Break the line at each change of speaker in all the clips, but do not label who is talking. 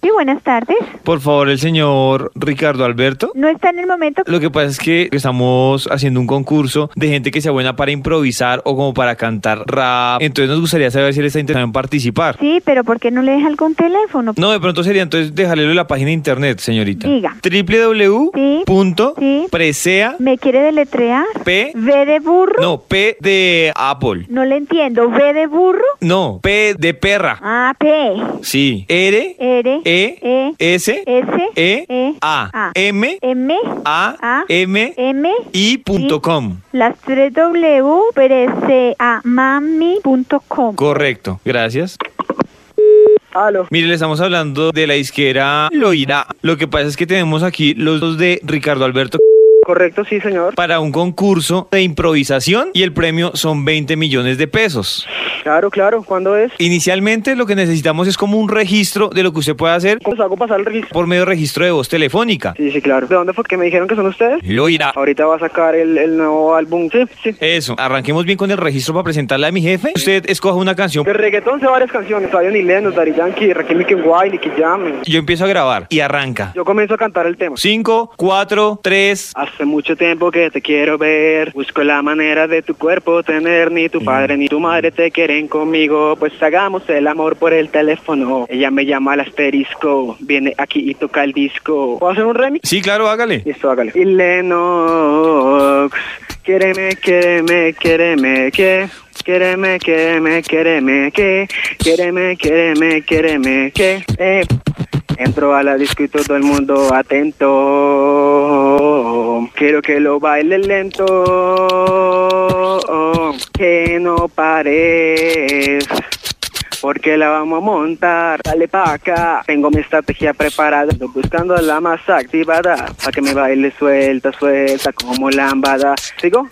Sí, buenas tardes.
Por favor, el señor Ricardo Alberto.
No está en el momento.
Lo que pasa es que estamos haciendo un concurso de gente que sea buena para improvisar o como para cantar rap. Entonces nos gustaría saber si él está interesado en participar.
Sí, pero ¿por qué no le deja algún teléfono?
No, de pronto sería entonces dejarle la página de internet, señorita.
Diga. Sí. Sí.
www.presea
¿Me quiere deletrear?
p
¿V de burro?
no p de Apple.
No le entiendo. ¿V de burro?
No, p de perra.
Ah, P.
Sí. R
R.
e
E,
s
S.
e a
A,
m
M.
a
A,
m
M.
i punto com.
Las tres W. Pereza. Mami.com.
Correcto, gracias.
Aló.
Mire, le estamos hablando de la izquierda Loira. Lo que pasa es que tenemos aquí los dos de Ricardo Alberto
Correcto, sí, señor.
para un concurso de improvisación y el premio son 20 millones de pesos.
Claro, claro. ¿Cuándo es?
Inicialmente lo que necesitamos es como un registro de lo que usted puede hacer
¿Cómo se hago pasar el registro?
por medio de registro de voz telefónica.
Sí, sí, claro. ¿De dónde fue que me dijeron que son ustedes?
Loira.
Ahorita va a sacar el, el nuevo álbum. Sí, sí.
Eso, arranquemos bien con el registro para presentarle a mi jefe. Usted escoja una canción.
De reggaetón sé varias canciones. Fabio Nileno, Dari Yankee, Rakim Kenway, Nicky Jam.
Yo empiezo a grabar y arranca.
Yo comienzo a cantar el tema.
5, 4, 3.
Hace mucho tiempo que te quiero ver. Busco la manera de tu cuerpo tener. Ni tu padre ni tu madre te quieren conmigo. Pues hagamos el amor por el teléfono. Ella me llama al asterisco. Viene aquí y toca el disco. ¿Puedo hacer un remix?
Sí, claro, hágale.
Listo, hágale. Y Lennox, quéreme, quéreme, quéreme, que. Quéreme, quéreme, quéreme, que. Quéreme, quéreme, quéreme, que. Eh. Entro a la disco y todo el mundo atento. Quiero que lo baile lento. Que no pares. Porque la vamos a montar, dale pa' acá Tengo mi estrategia preparada Estoy buscando a la más activada Pa' que me baile suelta, suelta como lámbada ¿Sigo?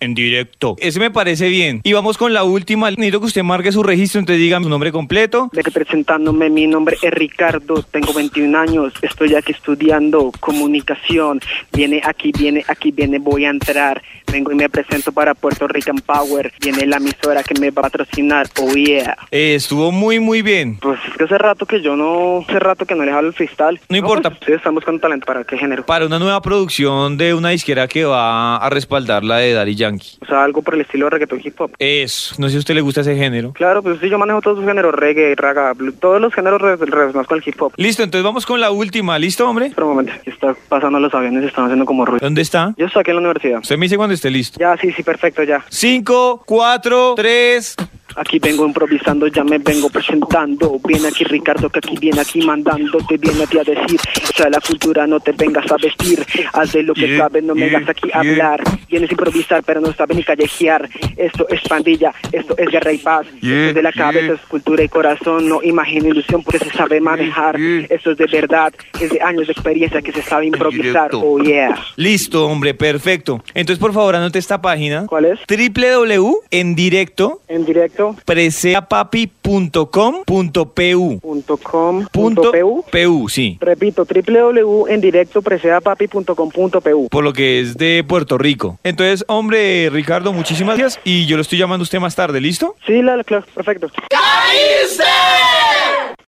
En directo. Ese me parece bien. Y vamos con la última. Necesito que usted marque su registro, entonces diga su nombre completo.
De que presentándome, mi nombre es Ricardo Tengo 21 años, estoy aquí estudiando Comunicación Viene aquí, viene aquí, viene, voy a entrar Vengo y me presento para Puerto Rican Power Viene la emisora que me va a patrocinar, oh yeah
Eh, estuvo muy, muy bien.
Pues es que hace rato que yo no... Hace rato que no les hablo el freestyle
No importa.
pues, ustedes están buscando talento, ¿para qué género?
Para una nueva producción de una disquera que va a respaldar la de Daddy Yankee.
O sea, algo por el estilo de reggaetón hip hop.
Eso. No sé si a usted le gusta ese género.
Claro, pues sí, yo manejo todos los géneros, reggae, raga, blues, todos los géneros re- relacionados con el hip hop.
Listo, entonces vamos con la última. ¿Listo, hombre?
Pero un momento, está pasando los aviones, están haciendo como ruido.
¿Dónde está?
Yo estoy aquí en la universidad.
Usted me dice cuando esté listo.
Ya, sí, sí, perfecto, ya.
5, 4, 3.
Aquí vengo improvisando, ya me vengo presentando. Viene aquí Ricardo, que aquí viene aquí mandando. Te viene a ti a decir, o sea, la cultura no te vengas a vestir. Haz de lo que
Yeah,
sabes, no me
yeah,
vengas aquí
yeah.
a hablar. Vienes a improvisar, pero no sabes ni callejear. Esto es pandilla, esto es guerra y paz.
Yeah,
Esto es de la
yeah.
cabeza, es cultura y corazón. No imagino ilusión porque se sabe manejar.
yeah.
Esto es de verdad, es de años de experiencia que se sabe improvisar.
directo.
Oh yeah.
Listo, hombre, perfecto. Entonces, por favor, anote esta página.
¿Cuál es?
www en directo
En directo.
preseapapi.com.pu
Punto com, punto
Punto
PU.
PU, sí.
Repito, www.endirectopreseapapi.com.pu.
por lo que es de Puerto Rico. Entonces, hombre, Ricardo, muchísimas gracias y yo lo estoy llamando a usted más tarde, ¿listo?
Sí, la, la- claro, perfecto.
¡Caíste!